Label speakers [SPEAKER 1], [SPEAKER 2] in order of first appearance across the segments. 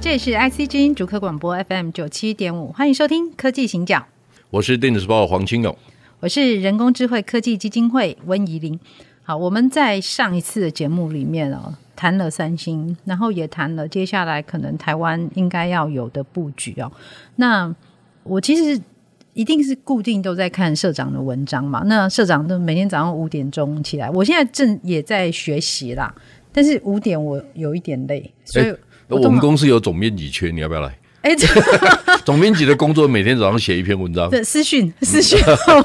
[SPEAKER 1] 这里是 IC 之音主客广播 FM 九七点五，欢迎收听《科技行脚》，
[SPEAKER 2] 我是电子时报黄清勇。
[SPEAKER 1] 我是人工智慧科技基金会温怡玲。好，我们在上一次的节目里面哦，谈了三星，然后也谈了接下来可能台湾应该要有的布局哦。那我其实一定是固定都在看社长的文章嘛。那社长都每天早上五点钟起来，我现在正也在学习啦，但是五点我有一点累，所以
[SPEAKER 2] 哎那我
[SPEAKER 1] 都
[SPEAKER 2] 们
[SPEAKER 1] 忙
[SPEAKER 2] 公司有总编辑缺，你要不要 来？
[SPEAKER 1] 哎。这
[SPEAKER 2] 总编辑的工作每天早上写一篇文 章，
[SPEAKER 1] 对，私讯私 讯，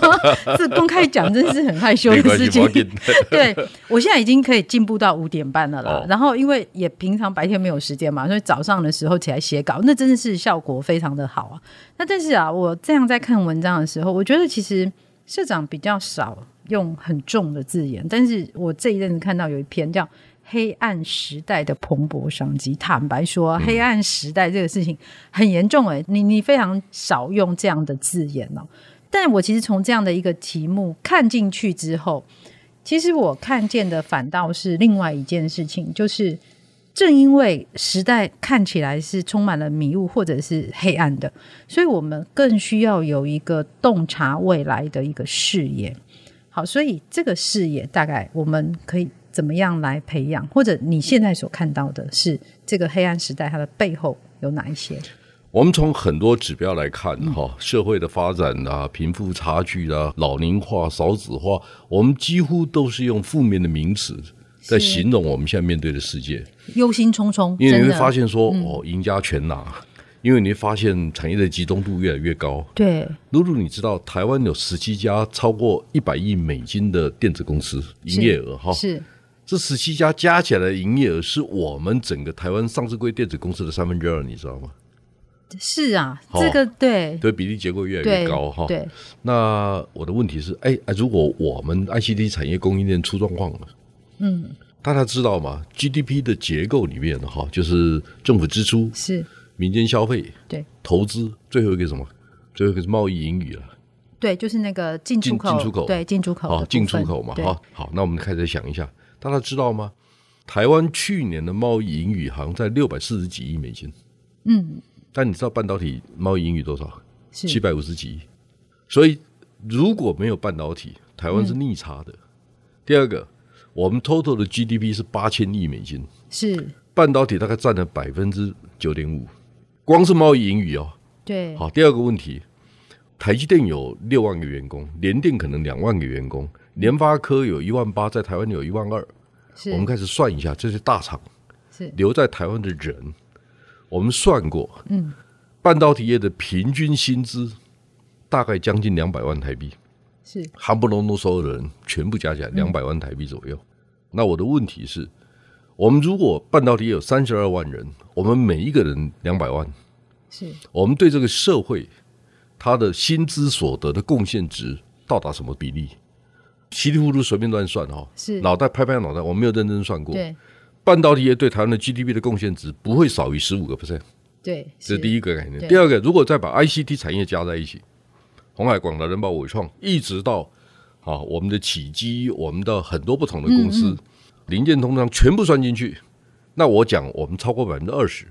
[SPEAKER 1] 这公开讲真是很害羞
[SPEAKER 2] 没
[SPEAKER 1] 的
[SPEAKER 2] 关
[SPEAKER 1] 事
[SPEAKER 2] 系，
[SPEAKER 1] 情
[SPEAKER 2] 我。给
[SPEAKER 1] 对我现在已经可以进步到五点半了啦。
[SPEAKER 2] 哦
[SPEAKER 1] 然后因为也平常白天没有时间嘛，所以早上的时候起来写稿，那真的是效果非常的好啊。那但是啊，我这样在看文章的时候，我觉得其实社长比较少用很重的字眼，但是我这一阵子看到有一篇叫。黑暗时代的蓬勃商机，坦白说，黑暗时代这个事情很严重哎、你你非常少用这样的字眼哦、但我其实从这样的一个题目看进去之后，其实我看见的反倒是另外一件事情，就是正因为时代看起来是充满了迷雾或者是黑暗的，所以我们更需要有一个洞察未来的一个视野。好，所以这个视野大概我们可以怎么样来培养，或者你现在所看到的是这个黑暗时代它的背后有哪一些？
[SPEAKER 2] 我们从很多指标来看，哈、社会的发展啊，贫富差距啊，老龄化、少子化，我们几乎都是用负面的名词在形容我们现在面对的世界。
[SPEAKER 1] 忧心忡忡，
[SPEAKER 2] 因为你
[SPEAKER 1] 真
[SPEAKER 2] 会
[SPEAKER 1] 的嗯
[SPEAKER 2] 发现说，哦，赢家全拿，因为你会发现产业的集中度越来越高。
[SPEAKER 1] 对
[SPEAKER 2] 露露，你知道台湾有十七家超过一百亿美金的电子公司营业额哈，
[SPEAKER 1] 是
[SPEAKER 2] 这十七家加起来的营业额是我们整个台湾上市柜电子公司的三分之二，你知道吗？
[SPEAKER 1] 是啊，
[SPEAKER 2] 哦
[SPEAKER 1] 这个对
[SPEAKER 2] 对，比例结构越来
[SPEAKER 1] 对
[SPEAKER 2] 越高哈。
[SPEAKER 1] 对
[SPEAKER 2] 那我的问题是，哎、啊如果我们 ICD 产业供应链出状况了，
[SPEAKER 1] 嗯，
[SPEAKER 2] 大家知道吗？GDP 的结构里面哈，就是政府支出、
[SPEAKER 1] 是，
[SPEAKER 2] 民间消费、
[SPEAKER 1] 对
[SPEAKER 2] 投资，最后一个是什么？最后一个是贸易盈余了。
[SPEAKER 1] 对，就是那个进出
[SPEAKER 2] 进
[SPEAKER 1] 口，
[SPEAKER 2] 进出口
[SPEAKER 1] 对进出口的部
[SPEAKER 2] 好，
[SPEAKER 1] 分，
[SPEAKER 2] 进出口嘛，
[SPEAKER 1] 对
[SPEAKER 2] 好，好，那我们开始想一下，大家知道吗？台湾去年的贸易盈余好像在六百四十几亿美金，
[SPEAKER 1] 嗯，
[SPEAKER 2] 但你知道半导体贸易盈余多少？
[SPEAKER 1] 是
[SPEAKER 2] 七百五十几亿。所以如果没有半导体，台湾是
[SPEAKER 1] 嗯
[SPEAKER 2] 逆差的。第二个，我们 total 的 GDP 是八千亿美金，
[SPEAKER 1] 是，
[SPEAKER 2] 半导体大概占了百分之九点五，光是贸易盈余哦。
[SPEAKER 1] 对，
[SPEAKER 2] 好，第二个问题，台积电有六万个员工，联电可能两万个员工，联发科有一万八，在台湾有一万二。
[SPEAKER 1] 是
[SPEAKER 2] 我们开始算一下这些大厂
[SPEAKER 1] 是
[SPEAKER 2] 留在台湾的人，我们算过，
[SPEAKER 1] 嗯，
[SPEAKER 2] 半导体业的平均薪资大概将近两百万台币，
[SPEAKER 1] 是
[SPEAKER 2] 含不隆咚所有的人全部加起来
[SPEAKER 1] 嗯
[SPEAKER 2] 两百万台币左右。那我的问题是，我们如果半导体业有三十二万人，我们每一个人两百万，
[SPEAKER 1] 是
[SPEAKER 2] 我们对这个社会它的薪资所得的贡献值到达什么比例？稀里糊涂随便乱算哈，
[SPEAKER 1] 是
[SPEAKER 2] 脑袋拍拍脑袋，我没有认真算过。
[SPEAKER 1] 对
[SPEAKER 2] 半导体业对台湾的 GDP 的贡献值不会少于十五个 percent，
[SPEAKER 1] 对，
[SPEAKER 2] 这是
[SPEAKER 1] 一
[SPEAKER 2] 第一个概念。
[SPEAKER 1] 对
[SPEAKER 2] 第二个，如果再把 ICT 产业加在一起，红海、广达、人保、伟创，一直到啊我们的起基，我们的很多不同的公
[SPEAKER 1] 嗯
[SPEAKER 2] 司，零件通常全部算进去，那我讲我们超过百分之二十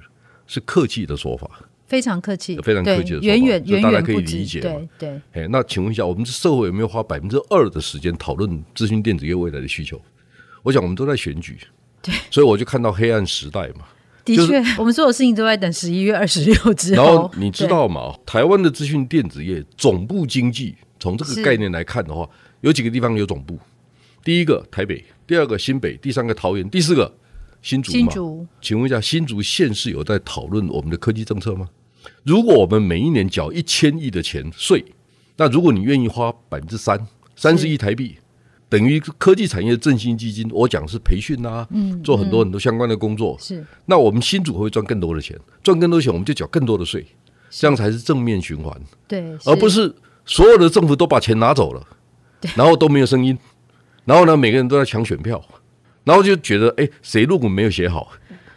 [SPEAKER 2] 是客气的说法。
[SPEAKER 1] 非常客气，
[SPEAKER 2] 非常
[SPEAKER 1] 对
[SPEAKER 2] 客气的说
[SPEAKER 1] 远
[SPEAKER 2] 法
[SPEAKER 1] 远
[SPEAKER 2] 这
[SPEAKER 1] 远
[SPEAKER 2] 大家
[SPEAKER 1] 远
[SPEAKER 2] 可以
[SPEAKER 1] 不
[SPEAKER 2] 理
[SPEAKER 1] 止
[SPEAKER 2] 解
[SPEAKER 1] 对
[SPEAKER 2] 嘛
[SPEAKER 1] 对
[SPEAKER 2] 哎，那请问一下，我们这社会有没有花百分之二的时间讨论资讯电子业未来的需求？我想我们都在选举，对，所以我就看到黑暗时代嘛。
[SPEAKER 1] 的
[SPEAKER 2] 就是
[SPEAKER 1] 确，我们所有事情都在等十一月二十六之
[SPEAKER 2] 然后
[SPEAKER 1] 后。
[SPEAKER 2] 你知
[SPEAKER 1] 哦对
[SPEAKER 2] 道吗？台湾的资讯电子业总部经济，从这
[SPEAKER 1] 是
[SPEAKER 2] 个概念来看的话，有几个地方有总部。第一个台北，第二个新北，第三个桃园，第四个新竹嘛。
[SPEAKER 1] 新竹
[SPEAKER 2] 请问一下，新竹县市有在讨论我们的科技政策吗？如果我们每一年缴一千亿的钱税，那如果你愿意花百分之三，三十亿台币，等于科技产业振兴基金，我讲是培训啊，
[SPEAKER 1] 嗯
[SPEAKER 2] 做很多很多相关的工作。
[SPEAKER 1] 是
[SPEAKER 2] 那我们新主会赚更多的钱，赚更多钱我们就缴更多的税，这样才是正面循环，
[SPEAKER 1] 对，
[SPEAKER 2] 而不是所有的政府都把钱拿走了，然后都没有声音，然后呢，每个人都在抢选票，然后就觉得哎，谁论文没有写好，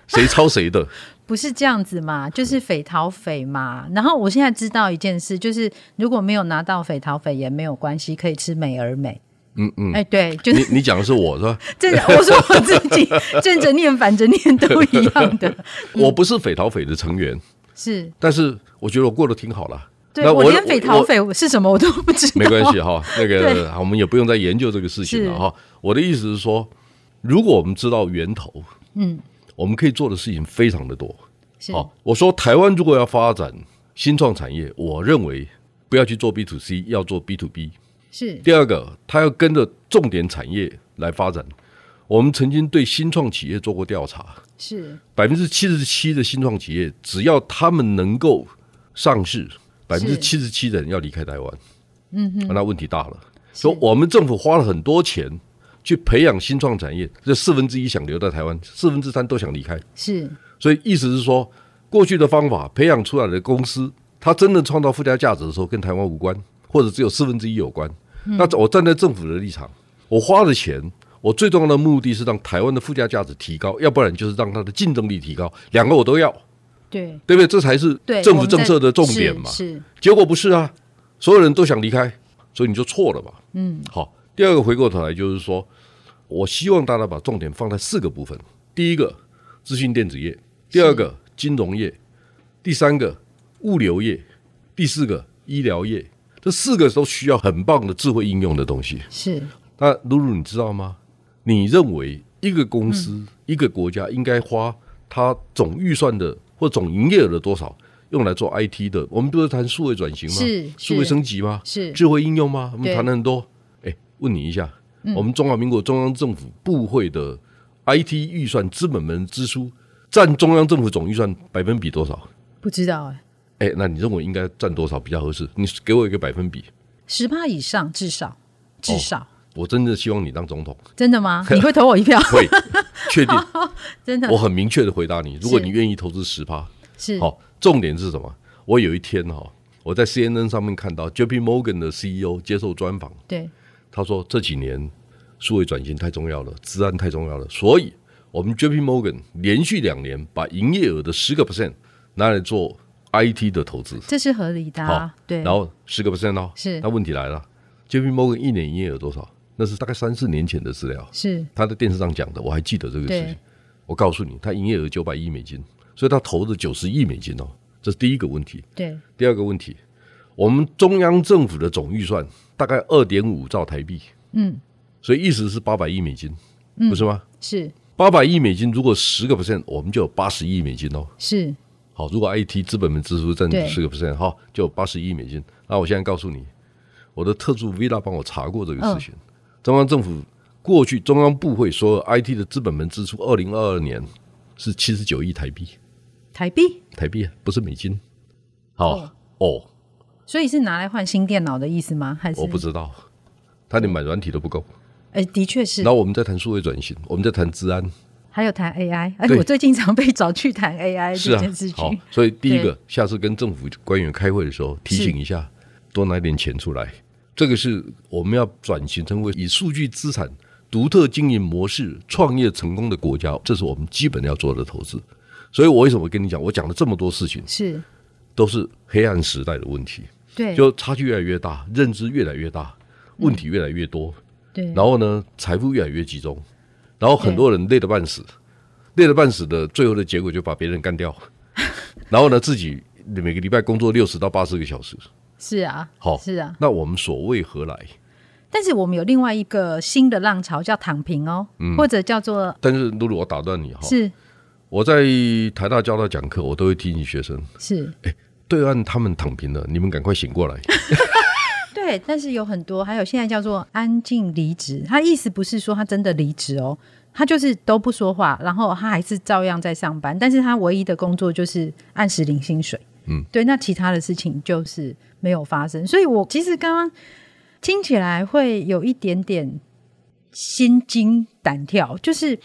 [SPEAKER 2] 谁抄 谁的，
[SPEAKER 1] 不是这样子嘛，就是匪逃匪嘛。然后我现在知道一件事，就是如果没有拿到匪逃匪也没有关系，可以吃美而美。
[SPEAKER 2] 嗯嗯，
[SPEAKER 1] 哎，对，就
[SPEAKER 2] 你
[SPEAKER 1] 是
[SPEAKER 2] 你讲的是我是吧？
[SPEAKER 1] 这，我说我自 己正着念反着念都一样的，
[SPEAKER 2] 我不是匪逃匪的成员，
[SPEAKER 1] 是
[SPEAKER 2] 但是我觉得我过得挺好了。
[SPEAKER 1] 对
[SPEAKER 2] 那
[SPEAKER 1] 我连
[SPEAKER 2] 我
[SPEAKER 1] 匪逃匪是什么我都不知道。
[SPEAKER 2] 没关 系，哈，那
[SPEAKER 1] 对
[SPEAKER 2] 个啊我们也不用再研究这个事情了
[SPEAKER 1] 是
[SPEAKER 2] 哈。我的意思是说，如果我们知道源头，
[SPEAKER 1] 嗯，
[SPEAKER 2] 我们可以做的事情非常的多。
[SPEAKER 1] 是
[SPEAKER 2] 哦，我说台湾如果要发展新创产业，我认为不要去做 B to C，要做 B to B。
[SPEAKER 1] 是
[SPEAKER 2] 第二个，它要跟着重点产业来发展。我们曾经对新创企业做过调查，
[SPEAKER 1] 是
[SPEAKER 2] 百分之七十七的新创企业，只要他们能够上市，百分之七十七的人要离开台湾，嗯哼，那问题大了。所以我们政府花了很多钱去培养新创产业，这四分之一想留在台湾，四分之三都想离开。
[SPEAKER 1] 是
[SPEAKER 2] 所以意思是说，过去的方法培养出来的公司，它真正创造附加价值的时候，跟台湾无关，或者只有四分之一有关。
[SPEAKER 1] 嗯
[SPEAKER 2] 那我站在政府的立场，我花的钱，我最重要的目的是让台湾的附加价值提高，要不然就是让它的竞争力提高，两个我都要，
[SPEAKER 1] 对
[SPEAKER 2] 对不对？这才是
[SPEAKER 1] 对，
[SPEAKER 2] 政
[SPEAKER 1] 我
[SPEAKER 2] 府
[SPEAKER 1] 们
[SPEAKER 2] 政
[SPEAKER 1] 在
[SPEAKER 2] 策的重点嘛。
[SPEAKER 1] 是是
[SPEAKER 2] 结果不是啊，所有人都想离开，所以你就错了嘛。嗯，好。第二个回过头来就是说，我希望大家把重点放在四个部分：第一个，资讯电子业；第二个，金融业；第三个，物流业；第四个，医疗业。这四个都需要很棒的智慧应用的东西。
[SPEAKER 1] 是
[SPEAKER 2] 那露露，你知道吗？你认为一个公司、
[SPEAKER 1] 嗯
[SPEAKER 2] 一个国家应该花它总预算的或总营业额的多少，用来做 IT 的？我们不是谈数位转型吗？
[SPEAKER 1] 是是
[SPEAKER 2] 数位升级吗？
[SPEAKER 1] 是
[SPEAKER 2] 智慧应用吗？我们
[SPEAKER 1] 对嗯
[SPEAKER 2] 谈了很多。哎，问你一下，我们中华民国中央政府部会的 IT 预算资本门支出占中央政府总预算百分比多少？
[SPEAKER 1] 不知道哎，
[SPEAKER 2] 哎，那你认为应该占多少比较合适？你给我一个百分比，
[SPEAKER 1] 十趴以上至少至
[SPEAKER 2] 哦
[SPEAKER 1] 少。
[SPEAKER 2] 我真的希望你当总统。
[SPEAKER 1] 真的 吗？你会投我一票？
[SPEAKER 2] 会，确 定。
[SPEAKER 1] 真的
[SPEAKER 2] 我很明确的回答你，如果你愿意投资十趴，
[SPEAKER 1] 是
[SPEAKER 2] 好、重点是什么？我有一天哈、我在 CNN 上面看到 JP Morgan 的 CEO 接受专访，
[SPEAKER 1] 对
[SPEAKER 2] 他说这几年数位转型太重要了，治安太重要了，所以我们 JP Morgan 连续两年把营业额的十个 percent 拿来做 IT 的投资，
[SPEAKER 1] 这是合理的、
[SPEAKER 2] 好、
[SPEAKER 1] 啊。对，
[SPEAKER 2] 然后十个 percent 哦，
[SPEAKER 1] 是
[SPEAKER 2] 那问题来了，JP Morgan 一年营业额多少？那是大概三四年前的资料，
[SPEAKER 1] 是
[SPEAKER 2] 他在电视上讲的，我还记得这个事
[SPEAKER 1] 对
[SPEAKER 2] 情。我告诉你，他营业额九百亿美金，所以他投了九十亿美金哦，这是第一个问题。
[SPEAKER 1] 对
[SPEAKER 2] 第二个问题，我们中央政府的总预算大概二点五兆台币，
[SPEAKER 1] 嗯，
[SPEAKER 2] 所以意思是八百亿美金，不是吗？
[SPEAKER 1] 是
[SPEAKER 2] 八百亿美金，如果十个 percent，我们就有八十亿美金哦。
[SPEAKER 1] 是
[SPEAKER 2] 好，如果 IT 资本门支出占
[SPEAKER 1] 对
[SPEAKER 2] 十个 percent，哈，就八十亿美金。那我现在告诉你，我的特助 Villa 帮我查过这个事情，
[SPEAKER 1] 嗯
[SPEAKER 2] 中央政府过去中央部会所有 IT 的资本门支出，二零二二年是七十九亿台币，
[SPEAKER 1] 台币，
[SPEAKER 2] 台币啊不是美金。好哦，
[SPEAKER 1] 所以是拿来换新电脑的意思吗？还是
[SPEAKER 2] 我不知道，他连买软体都不够。
[SPEAKER 1] 哎，的确是
[SPEAKER 2] 然。后我们在谈数位转型，我们在谈治安，
[SPEAKER 1] 还有谈 AI，哎，
[SPEAKER 2] 对
[SPEAKER 1] 我最近常被找去谈 AI
[SPEAKER 2] 是
[SPEAKER 1] 这
[SPEAKER 2] 啊
[SPEAKER 1] 件事，
[SPEAKER 2] 好
[SPEAKER 1] 情。，
[SPEAKER 2] 所以第一个
[SPEAKER 1] 对，
[SPEAKER 2] 下次跟政府官员开会的时候提醒一下，多拿一点钱出来。这个是我们要转型成为以数据资产独特经营模式创业成功的国家，这是我们基本要做的投资。所以我为什么跟你讲，我讲了这么多事情，
[SPEAKER 1] 是，
[SPEAKER 2] 都是黑暗时代的问题，
[SPEAKER 1] 对，
[SPEAKER 2] 就差距越来越大，认知越来越大，问题越来越多，
[SPEAKER 1] 对，
[SPEAKER 2] 然后呢，财富越来越集中，然后很多人累得半死，累得半死的最后的结果就把别人 干掉，然后呢，自己每个礼拜工作六十到八十个小时。
[SPEAKER 1] 是啊，
[SPEAKER 2] 好，
[SPEAKER 1] 是啊。
[SPEAKER 2] 那我们所谓何来？
[SPEAKER 1] 但是我们有另外一个新的浪潮叫躺平哦，
[SPEAKER 2] 嗯
[SPEAKER 1] 或者叫做
[SPEAKER 2] 但是露露，我打断你哈，
[SPEAKER 1] 是
[SPEAKER 2] 我在台大教大讲课，我都会提醒学生，
[SPEAKER 1] 是，
[SPEAKER 2] 对岸他们躺平了，你们赶快醒过来。
[SPEAKER 1] 对，但是有很多，还有现在叫做安静离职，他意思不是说他真的离职哦，他就是都不说话，然后他还是照样在上班，但是他唯一的工作就是按时领薪水。
[SPEAKER 2] 嗯，
[SPEAKER 1] 对，那其他的事情就是没有发生，所以我其实刚刚听起来会有一点点心惊胆跳，就是。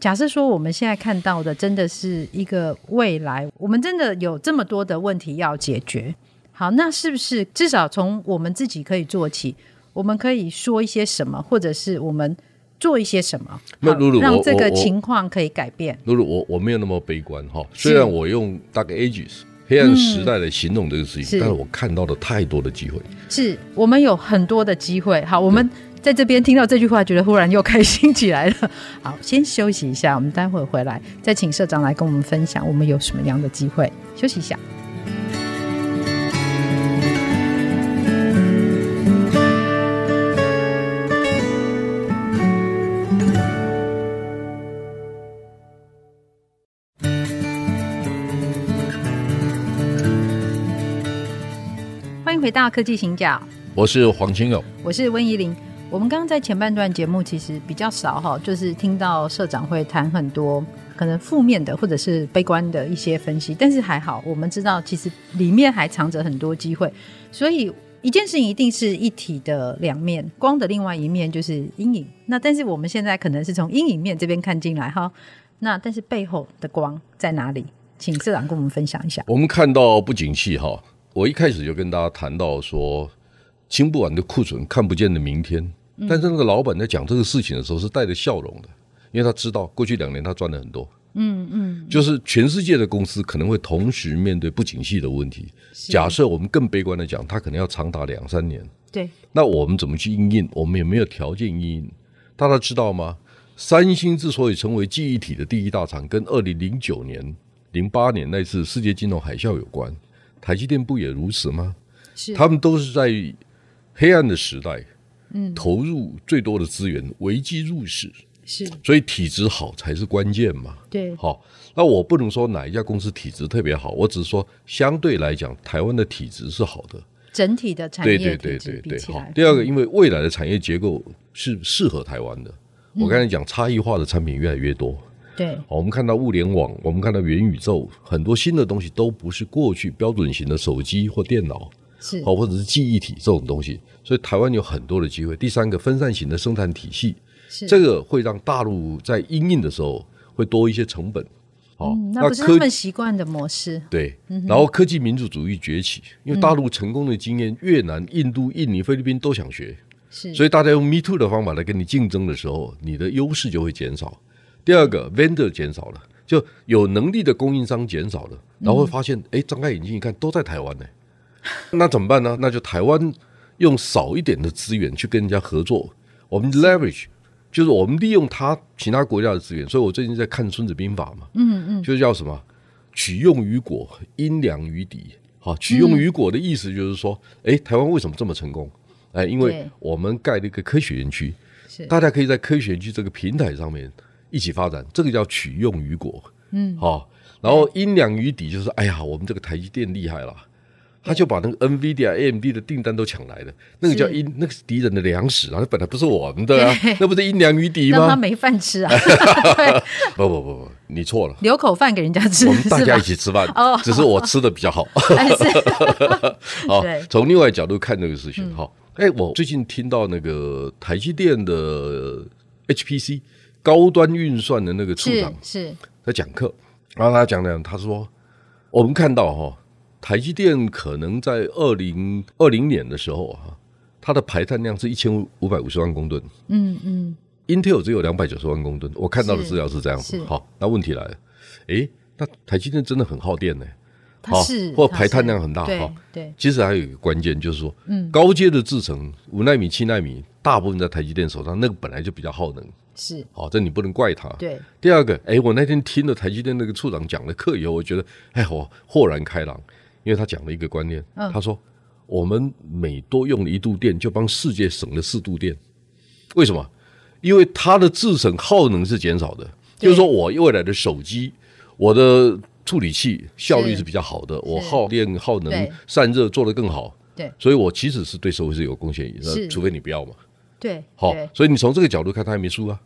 [SPEAKER 1] 假设说我们现在看到的真的是一个未来，我们真的有这么多的问题要解决。好，那是不是至少从我们自己可以做起？我们可以说一些什么，或者是我们做一些什么，
[SPEAKER 2] 那
[SPEAKER 1] 好
[SPEAKER 2] 露露
[SPEAKER 1] 让
[SPEAKER 2] 我
[SPEAKER 1] 这
[SPEAKER 2] 我
[SPEAKER 1] 个
[SPEAKER 2] 我
[SPEAKER 1] 情况可以改变？
[SPEAKER 2] 露露，我我没有那么悲观哈。虽然我用大概 ages 黑暗时代来形容这个事
[SPEAKER 1] 嗯
[SPEAKER 2] 情，
[SPEAKER 1] 是
[SPEAKER 2] 但是我看到了太多的机会。
[SPEAKER 1] 是我们有很多的机会。好，我们在这边听到这句话，觉得忽然又开心起来了。 好，先休息一下，我们待会儿回来再请社长来跟我们分享我们有什么样的机会。休息一下。欢迎回到科技行脚，
[SPEAKER 2] 我是黄清友，
[SPEAKER 1] 我是温怡玲。我们刚刚在前半段节目其实比较少哈，就是听到社长会谈很多可能负面的或者是悲观的一些分析，但是还好，我们知道其实里面还藏着很多机会，所以一件事情一定是一体的两面，光的另外一面就是阴影。那但是我们现在可能是从阴影面这边看进来哈，那但是背后的光在哪里？请社长跟我们分享一下。
[SPEAKER 2] 我们看到不景气哈，我一开始就跟大家谈到说，清不完的库存，看不见的明天。但是那个老板在讲这个事情的时候是带着笑容的，因为他知道过去两年他赚了很多。嗯嗯，就是全世界的公司可能会同时面对不景气的问题。假设我们更悲观的讲，它可能要长达两三年。
[SPEAKER 1] 对，
[SPEAKER 2] 那我们怎么去应应？我们也没有条件应应。大家知道吗？三星之所以成为记忆体的第一大厂，跟二零零九年、零八年那次世界金融海啸有关。台积电不也如此吗？
[SPEAKER 1] 是
[SPEAKER 2] 他们都是在黑暗的时代，嗯，投入最多的资源，危机入市，
[SPEAKER 1] 是，
[SPEAKER 2] 所以体质好才是关键嘛。
[SPEAKER 1] 对，
[SPEAKER 2] 好，那我不能说哪一家公司体质特别好，我只是说相对来讲，台湾的体质是好的。
[SPEAKER 1] 整体的产
[SPEAKER 2] 对
[SPEAKER 1] 业
[SPEAKER 2] 对
[SPEAKER 1] 体
[SPEAKER 2] 对
[SPEAKER 1] 制
[SPEAKER 2] 对
[SPEAKER 1] 比
[SPEAKER 2] 对，
[SPEAKER 1] 起
[SPEAKER 2] 好
[SPEAKER 1] 来。嗯
[SPEAKER 2] 第二个，因为未来的产业结构是适合台湾的。我
[SPEAKER 1] 嗯
[SPEAKER 2] 刚才讲差异化的产品越来越多，
[SPEAKER 1] 对，
[SPEAKER 2] 好我们看到物联网，我们看到元宇宙，很多新的东西都不是过去标准型的手机或电脑，
[SPEAKER 1] 是
[SPEAKER 2] 好或者是记忆体这种东西，所以台湾有很多的机会。第三个，分散型的生产体系，
[SPEAKER 1] 是
[SPEAKER 2] 这个会让大陆在应运的时候会多一些成本。好，
[SPEAKER 1] 嗯，那不是他们嗯习惯的模式，
[SPEAKER 2] 对，然后科技民主主义崛起，因为大陆成功的经验，越南、印度、印尼、菲律宾都想学，
[SPEAKER 1] 是
[SPEAKER 2] 所以大家用 Me Too 的方法来跟你竞争的时候，你的优势就会减少。第二个，vendor 减少了，就有能力的供应商减少了，然后会发现，哎，张开眼睛一看，都在台湾呢、 那怎么办呢？那就台湾用少一点的资源去跟人家合作，我们 leverage。就是我们利用它其他国家的资源，所以我最近在看《孙子兵法》嘛，嗯嗯，就是叫什么取用于果，因粮于敌。好，取用于果的意思就是说，哎、台湾为什么这么成功？哎，因为
[SPEAKER 1] 对
[SPEAKER 2] 我们盖了一个科学园区
[SPEAKER 1] 是，
[SPEAKER 2] 大家可以在科学园区这个平台上面一起发展，这个叫取用于果。嗯，好、然后因粮于敌就是，哎呀，我们这个台积电厉害了。他就把那个 NVIDIA、AMD 的订单都抢来了，那个叫
[SPEAKER 1] 是
[SPEAKER 2] 因，那个是敌人的粮食啊，那本来不是我们的啊，那不是因粮于敌
[SPEAKER 1] 让他
[SPEAKER 2] 吗？
[SPEAKER 1] 没饭吃 啊，对，
[SPEAKER 2] 不不不不，你错了，
[SPEAKER 1] 留口饭给人家吃，
[SPEAKER 2] 我们 大
[SPEAKER 1] 是
[SPEAKER 2] 家
[SPEAKER 1] 吧
[SPEAKER 2] 一起吃饭
[SPEAKER 1] 哦，
[SPEAKER 2] 只是我吃的比 较好。
[SPEAKER 1] 哎 是
[SPEAKER 2] 好
[SPEAKER 1] 对，嗯
[SPEAKER 2] 从另外角度看这个事情哈。哎、我最近听到那个台积电的 HPC 高端运算的那个处长
[SPEAKER 1] 是是
[SPEAKER 2] 在讲课，然后他讲讲，他说我们看到哈、台积电可能在二零二零年的时候啊，它的排碳量是一千五百五十万公吨，
[SPEAKER 1] 嗯嗯
[SPEAKER 2] Intel 只有两百九十万公吨，我看到的资料是这样子
[SPEAKER 1] 是。
[SPEAKER 2] 好，那问题来了，诶，那台积电真的很耗电呢、
[SPEAKER 1] 它
[SPEAKER 2] 好
[SPEAKER 1] 是
[SPEAKER 2] 或
[SPEAKER 1] 它
[SPEAKER 2] 排碳
[SPEAKER 1] 是
[SPEAKER 2] 量很大
[SPEAKER 1] 对
[SPEAKER 2] 哈
[SPEAKER 1] 对
[SPEAKER 2] 其实还有一个关键就是说，
[SPEAKER 1] 嗯
[SPEAKER 2] 高阶的制程五纳米、七纳米，大部分在台积电手上，那个本来就比较耗能。
[SPEAKER 1] 是，
[SPEAKER 2] 好，这你不能怪它。
[SPEAKER 1] 对
[SPEAKER 2] 第二个，哎，我那天听了台积电那个处长讲的课以后，我觉得，哎，我豁然开朗，因为他讲了一个观念，
[SPEAKER 1] 嗯
[SPEAKER 2] 他说我们每多用一度电，就帮世界省了四度电。为什么？因为它的制程耗能是减少的，
[SPEAKER 1] 对
[SPEAKER 2] 就是说我未来的手机，我的处理器效率是比较好的，我耗电耗能
[SPEAKER 1] 对
[SPEAKER 2] 散热做得更好，
[SPEAKER 1] 对
[SPEAKER 2] 所以我其实是对社会是有贡献，那
[SPEAKER 1] 是
[SPEAKER 2] 除非你不要嘛。
[SPEAKER 1] 对
[SPEAKER 2] 好
[SPEAKER 1] 对，
[SPEAKER 2] 所以你从这个角度看，他还没输啊。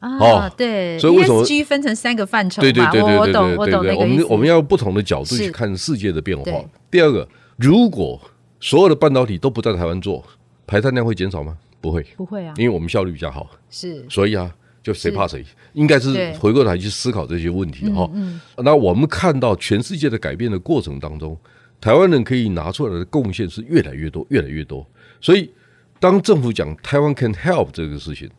[SPEAKER 1] 啊
[SPEAKER 2] 哦
[SPEAKER 1] 对，
[SPEAKER 2] 所以为什么
[SPEAKER 1] ESG 分成三个范畴嘛？
[SPEAKER 2] 对对对对
[SPEAKER 1] 我我
[SPEAKER 2] 对
[SPEAKER 1] 懂我
[SPEAKER 2] 对
[SPEAKER 1] 懂
[SPEAKER 2] 对
[SPEAKER 1] 那
[SPEAKER 2] 对，我
[SPEAKER 1] 个意
[SPEAKER 2] 们
[SPEAKER 1] 思，
[SPEAKER 2] 我们要用不同的角度
[SPEAKER 1] 是
[SPEAKER 2] 去看世界的变化
[SPEAKER 1] 对。
[SPEAKER 2] 第二个，如果所有的半导体都不在台湾做，排碳量会减少吗？不会，
[SPEAKER 1] 不会啊，
[SPEAKER 2] 因为我们效率比较好，
[SPEAKER 1] 是
[SPEAKER 2] 所以啊，就谁
[SPEAKER 1] 是
[SPEAKER 2] 怕谁，应该是
[SPEAKER 1] 对嗯
[SPEAKER 2] 回过头来去思考这些问题哈、那我们看到全世界的改变的过程当中，台湾人可以拿出来的贡献是越来越多，越来越多。所以，当政府讲台湾 can help 这个事情，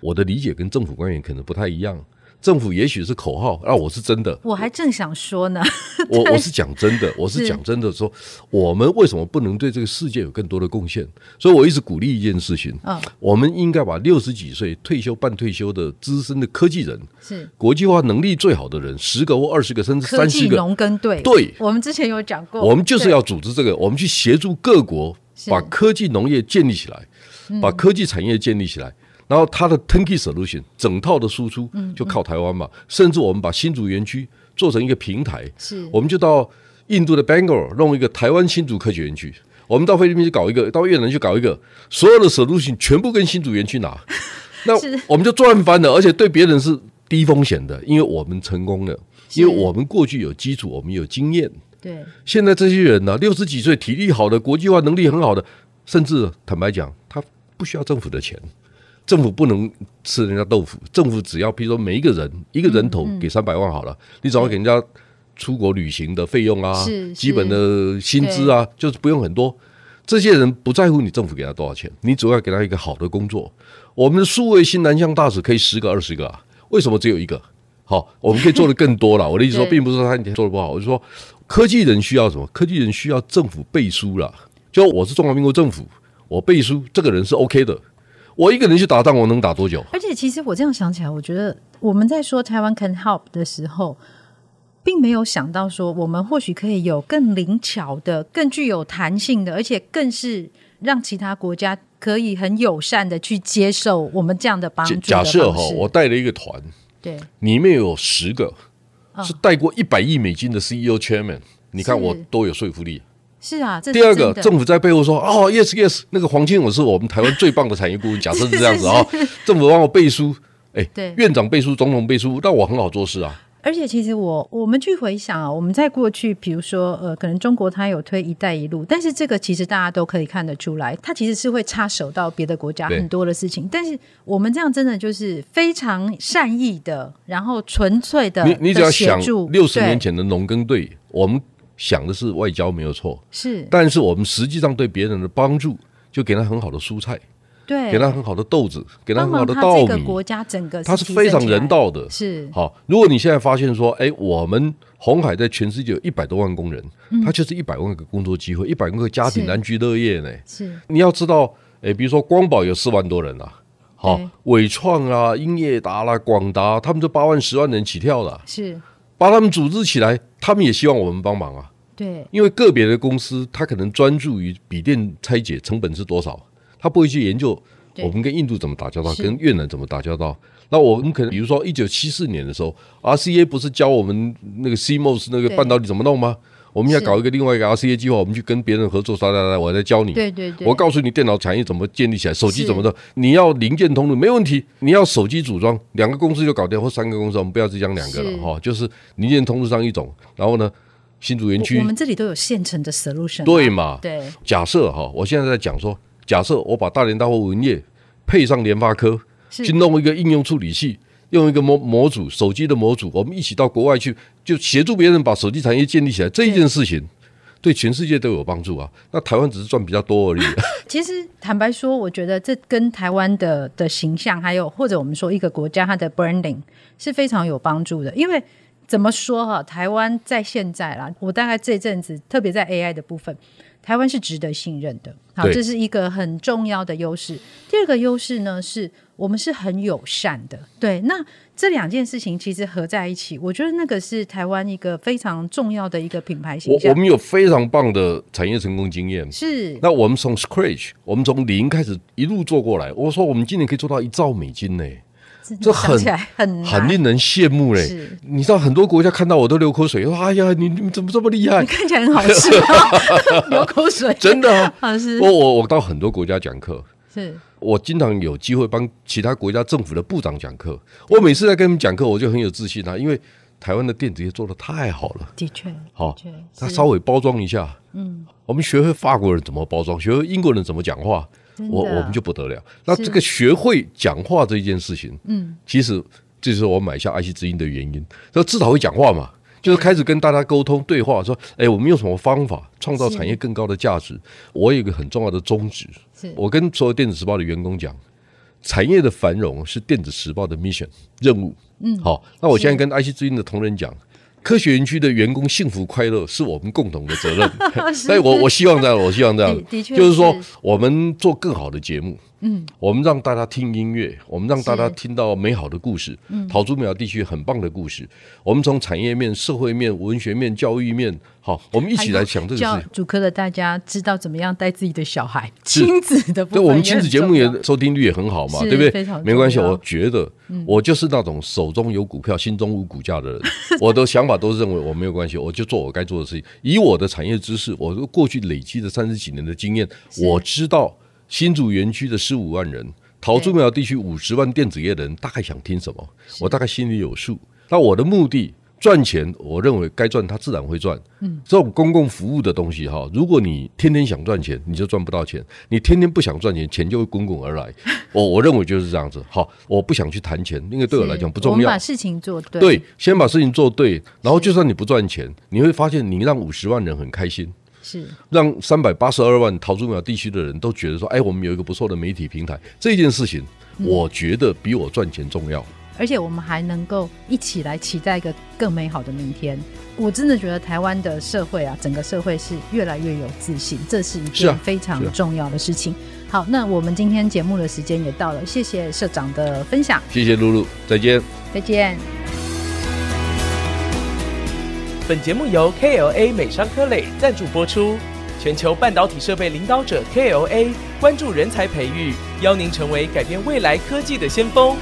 [SPEAKER 2] 我的理解跟政府官员可能不太一样。政府也许是口号，那、我是真的，
[SPEAKER 1] 我还正想说呢，
[SPEAKER 2] 我我是讲真的，我
[SPEAKER 1] 嗯
[SPEAKER 2] 是讲真的说，我们为什么不能对这个世界有更多的贡献？所以我一直鼓励一件事情，
[SPEAKER 1] 嗯
[SPEAKER 2] 我们应该把六十几岁退休、半退休的资深的科技人、
[SPEAKER 1] 是
[SPEAKER 2] 国际化能力最好的人，十个或二十个，甚至
[SPEAKER 1] 科
[SPEAKER 2] 三
[SPEAKER 1] 技
[SPEAKER 2] 十个，
[SPEAKER 1] 农耕队，
[SPEAKER 2] 对
[SPEAKER 1] 我们之前有讲过，
[SPEAKER 2] 我们就是
[SPEAKER 1] 对
[SPEAKER 2] 要组织这个，我们去协助各国
[SPEAKER 1] 是嗯
[SPEAKER 2] 把科技农业建立起来，把科技产业建立起来。然后它的 turnkey solution 整套的输出
[SPEAKER 1] 嗯
[SPEAKER 2] 就靠台湾嘛，甚至我们把新竹园区做成一个平台，
[SPEAKER 1] 是
[SPEAKER 2] 我们就到印度的 Bangalore 弄一个台湾新竹科学园区，我们到菲律宾去搞一个，到越南去搞一个，所有的 solution 全部跟新竹园区 拿，那
[SPEAKER 1] 是
[SPEAKER 2] 我们就赚翻了，而且对别人是低风险的，因为我们成功了，
[SPEAKER 1] 是
[SPEAKER 2] 因为我们过去有基础，我们有经验。
[SPEAKER 1] 对
[SPEAKER 2] 现在这些人呢、六十几岁，体力好的，国际化能力很好的，甚至坦白讲，他不需要政府的钱，政府不能吃人家豆腐，政府只要比如说每一个人一个人头给三百万好了，你只要给人家出国旅行的费用啊
[SPEAKER 1] 是，
[SPEAKER 2] 基本的薪资啊，就是不用很多。这些人不在乎你政府给他多少钱，你主要给他一个好的工作。我们的数位新南向大使可以十个二十个啊，为什么只有一个？好，我们可以做的更多 了。我的意思说，
[SPEAKER 1] 对
[SPEAKER 2] 并不是说他做的不好，我是说科技人需要什么？科技人需要政府背书啦。就我是中华民国政府，我背书，这个人是 OK 的。我一个人去打仗，我能打多久？
[SPEAKER 1] 而且其实我这样想起来，我觉得我们在说台湾 can help 的时候，并没有想到说我们或许可以有更灵巧的、更具有弹性的，而且更是让其他国家可以很友善的去接受我们这样的帮助
[SPEAKER 2] 假
[SPEAKER 1] 的
[SPEAKER 2] 假设哈
[SPEAKER 1] 方，式
[SPEAKER 2] 我带了一个团，
[SPEAKER 1] 对
[SPEAKER 2] 里面有十个是带过一百亿美金的 CEO chairman，你看
[SPEAKER 1] 嗯是
[SPEAKER 2] 我多有说服力。
[SPEAKER 1] 是啊，这是
[SPEAKER 2] 第二个
[SPEAKER 1] 真，的
[SPEAKER 2] 政府在背后说：“哦，yes yes，那个黄金我是我们台湾最棒的产 业顾问。”假设是这样子啊、
[SPEAKER 1] 是是
[SPEAKER 2] 政府帮我背书，哎
[SPEAKER 1] 对，
[SPEAKER 2] 院长背书，总统背书，那我很好做事啊。
[SPEAKER 1] 而且其实我我们去回想啊，我们在过去，比如说呃，可能中国它有推“一带一路”，但是这个其实大家都可以看得出来，它其实是会插手到别的国家
[SPEAKER 2] 对
[SPEAKER 1] 很多的事情。但是我们这样真的就是非常善意的，然后纯粹的，
[SPEAKER 2] 你你只要想
[SPEAKER 1] 的协助
[SPEAKER 2] 六十年
[SPEAKER 1] 对
[SPEAKER 2] 前的农耕队，我们想的是外交没有错，
[SPEAKER 1] 是
[SPEAKER 2] 但是我们实际上对别人的帮助，就给他很好的蔬菜，
[SPEAKER 1] 对
[SPEAKER 2] 给他很好的豆子，给他
[SPEAKER 1] 帮
[SPEAKER 2] 很好
[SPEAKER 1] 忙
[SPEAKER 2] 的
[SPEAKER 1] 他
[SPEAKER 2] 稻
[SPEAKER 1] 这个
[SPEAKER 2] 米，
[SPEAKER 1] 国家整个
[SPEAKER 2] 他是
[SPEAKER 1] 提
[SPEAKER 2] 非常
[SPEAKER 1] 升起来
[SPEAKER 2] 人，道的。
[SPEAKER 1] 是
[SPEAKER 2] 好，如果你现在发现说，哎，我们红海在全世界有一百多万工人，他就是一百万个工作机会，一百万个家庭
[SPEAKER 1] 嗯是
[SPEAKER 2] 安居乐业呢。
[SPEAKER 1] 是
[SPEAKER 2] 你要知道，诶，比如说光宝有四万多人啊，好、
[SPEAKER 1] 对
[SPEAKER 2] 伟创啊、英业达啦、广达，他们都八万、十万人起跳的啊，
[SPEAKER 1] 是，
[SPEAKER 2] 把他们组织起来，他们也希望我们帮忙啊。
[SPEAKER 1] 对
[SPEAKER 2] 因为个别的公司，它可能专注于笔电拆解成本是多少，它不会去研究
[SPEAKER 1] 对
[SPEAKER 2] 我们跟印度怎么打交道，
[SPEAKER 1] 是
[SPEAKER 2] 跟越南怎么打交道。那我们可能比如说一九七四年的时候，RCA 不是教我们那个 CMOS 那个
[SPEAKER 1] 对
[SPEAKER 2] 半导体怎么弄吗？我们要
[SPEAKER 1] 是
[SPEAKER 2] 搞一个另外一个 RCA 计划，我们去跟别人合作，来来来，我来教你。
[SPEAKER 1] 对对对，
[SPEAKER 2] 我告诉你电脑产业怎么建立起来，手机
[SPEAKER 1] 是
[SPEAKER 2] 怎么弄，你要零件通路没问题，你要手机组装，两个公司就搞定，或三个公司，我们不要只讲两个了
[SPEAKER 1] 是
[SPEAKER 2] 哈、就是零件通路上一种，然后呢，新竹园
[SPEAKER 1] 我我
[SPEAKER 2] 区
[SPEAKER 1] 们这里都有现成的 solution，啊
[SPEAKER 2] 对嘛？
[SPEAKER 1] 对
[SPEAKER 2] 假设哈，我现在在讲说，假设我把大连大或文业配上联发科，
[SPEAKER 1] 是
[SPEAKER 2] 去弄一个应用处理器，用一个模模组，手机的模组，我们一起到国外去，就协助别人把手机产业建立起来，这一件事情。对全世界都有帮助啊！那台湾只是赚比较多而已。啊
[SPEAKER 1] 其实坦白说，我觉得这跟台湾的的形象，还有或者我们说一个国家它的 branding 是非常有帮助的。因为怎么说哈、台湾在现在啦，我大概这阵子，特别在 AI 的部分，台湾是值得信任的。好，
[SPEAKER 2] 对
[SPEAKER 1] 这是一个很重要的优势。第二个优势呢，是我们是很友善的。对，那这两件事情其实合在一起，我觉得那个是台湾一个非常重要的一个品牌形
[SPEAKER 2] 我我
[SPEAKER 1] 象。
[SPEAKER 2] 们有非常棒的产业成功经验。
[SPEAKER 1] 是
[SPEAKER 2] 那我们从 scratch，我们从零开始一路做过来。我说我们今年可以做到一兆美金呢、这很
[SPEAKER 1] 想起来很难
[SPEAKER 2] 很令人羡慕嘞、
[SPEAKER 1] 是
[SPEAKER 2] 你知道很多国家看到我都流口水，说：“哎呀，你你们怎么这么厉害
[SPEAKER 1] 你看起来很好 吃、哦，流口水。？”
[SPEAKER 2] 真的啊、
[SPEAKER 1] 好吃
[SPEAKER 2] 我我我到很多国家讲课，
[SPEAKER 1] 是
[SPEAKER 2] 我经常有机会帮其他国家政府的部长讲课。我每次在跟他们讲课，我就很有自信啊，因为台湾的电子业做的太好了。
[SPEAKER 1] 的确，
[SPEAKER 2] 好、
[SPEAKER 1] 确
[SPEAKER 2] 他
[SPEAKER 1] 是
[SPEAKER 2] 稍微包装一下，嗯，我们学会法国人怎么包装，学会英国人怎么讲话，
[SPEAKER 1] 真的
[SPEAKER 2] 我我们就不得了。那这个学会讲话这件事情，
[SPEAKER 1] 嗯，
[SPEAKER 2] 其实这是我买下爱惜之音的原因。那至少会讲话嘛，就是开始跟大家沟通对话，说，哎，我们用什么方法创造产业更高的价值？我有一个很重要的宗旨，
[SPEAKER 1] 是
[SPEAKER 2] 我跟所有电子时报的员工讲，产业的繁荣是电子时报的 mission 任务。嗯，好，那我现在跟 IC 之音的同仁讲。科学园区的员工幸福快乐是我们共同的责任， 所以哎我我希望这样，我希望这样
[SPEAKER 1] 的，的确
[SPEAKER 2] 就是说
[SPEAKER 1] 是
[SPEAKER 2] 我们做更好的节目，
[SPEAKER 1] 嗯，
[SPEAKER 2] 我们让大家听音乐，我们让大家
[SPEAKER 1] 是
[SPEAKER 2] 听到美好的故事，嗯，桃竹苗地区很棒的故事，我们从产业面、社会面、文学面、教育面，好，我们一起来想这个事
[SPEAKER 1] 哎教
[SPEAKER 2] 情。
[SPEAKER 1] 主科的大家知道怎么样带自己的小孩，
[SPEAKER 2] 是
[SPEAKER 1] 亲子的部
[SPEAKER 2] 对，
[SPEAKER 1] 分，
[SPEAKER 2] 我们亲子节目也
[SPEAKER 1] 很重要
[SPEAKER 2] 收听率也很好嘛，
[SPEAKER 1] 是
[SPEAKER 2] 对不
[SPEAKER 1] 非
[SPEAKER 2] 对
[SPEAKER 1] 常？重
[SPEAKER 2] 没关系，
[SPEAKER 1] 要嗯
[SPEAKER 2] 我觉得我就是那种手中有股票、心中无股价的 人，我的想法都是认为我没有关系，我就做我该做的事情。以我的产业知识，我过去累积的三十几年的经验，我知道新竹园区的十五万人，桃竹苗地区五十万电子业的人大概想听什么，我大概心里有数。那我的目的。赚钱，我认为该赚，它自然会赚。嗯，这种公共服务的东西哈，如果你天天想赚钱，你就赚不到钱；你天天不想赚钱，钱就会滚滚而来。我我认为就是这样子。好，我不想去谈钱，因为对我来讲不
[SPEAKER 1] 我
[SPEAKER 2] 重
[SPEAKER 1] 们
[SPEAKER 2] 要
[SPEAKER 1] 把。事情做对，
[SPEAKER 2] 对，先把事情做对，然后就算你不赚钱，你会发现你让五十万人很开心。
[SPEAKER 1] 是
[SPEAKER 2] 让三百八十二万桃竹苗地区的人都觉得说，哎，我们有一个不错的媒体平台，这件事情，我觉得比我赚钱重要。
[SPEAKER 1] 而且我们还能够一起来期待一个更美好的明天。我真的觉得台湾的社会啊，整个社会是越来越有自信，这是一
[SPEAKER 2] 是
[SPEAKER 1] 件
[SPEAKER 2] 啊
[SPEAKER 1] 非常
[SPEAKER 2] 是啊
[SPEAKER 1] 重要的事情。好，那我们今天节目的时间也到了，谢谢社长的分享，
[SPEAKER 2] 谢谢露露，再见。
[SPEAKER 1] 再见。
[SPEAKER 3] 本节目由 KLA 美商科磊赞助播出。全球半导体设备领导者 KLA 关注人才培育，邀您成为改变未来科技的先锋。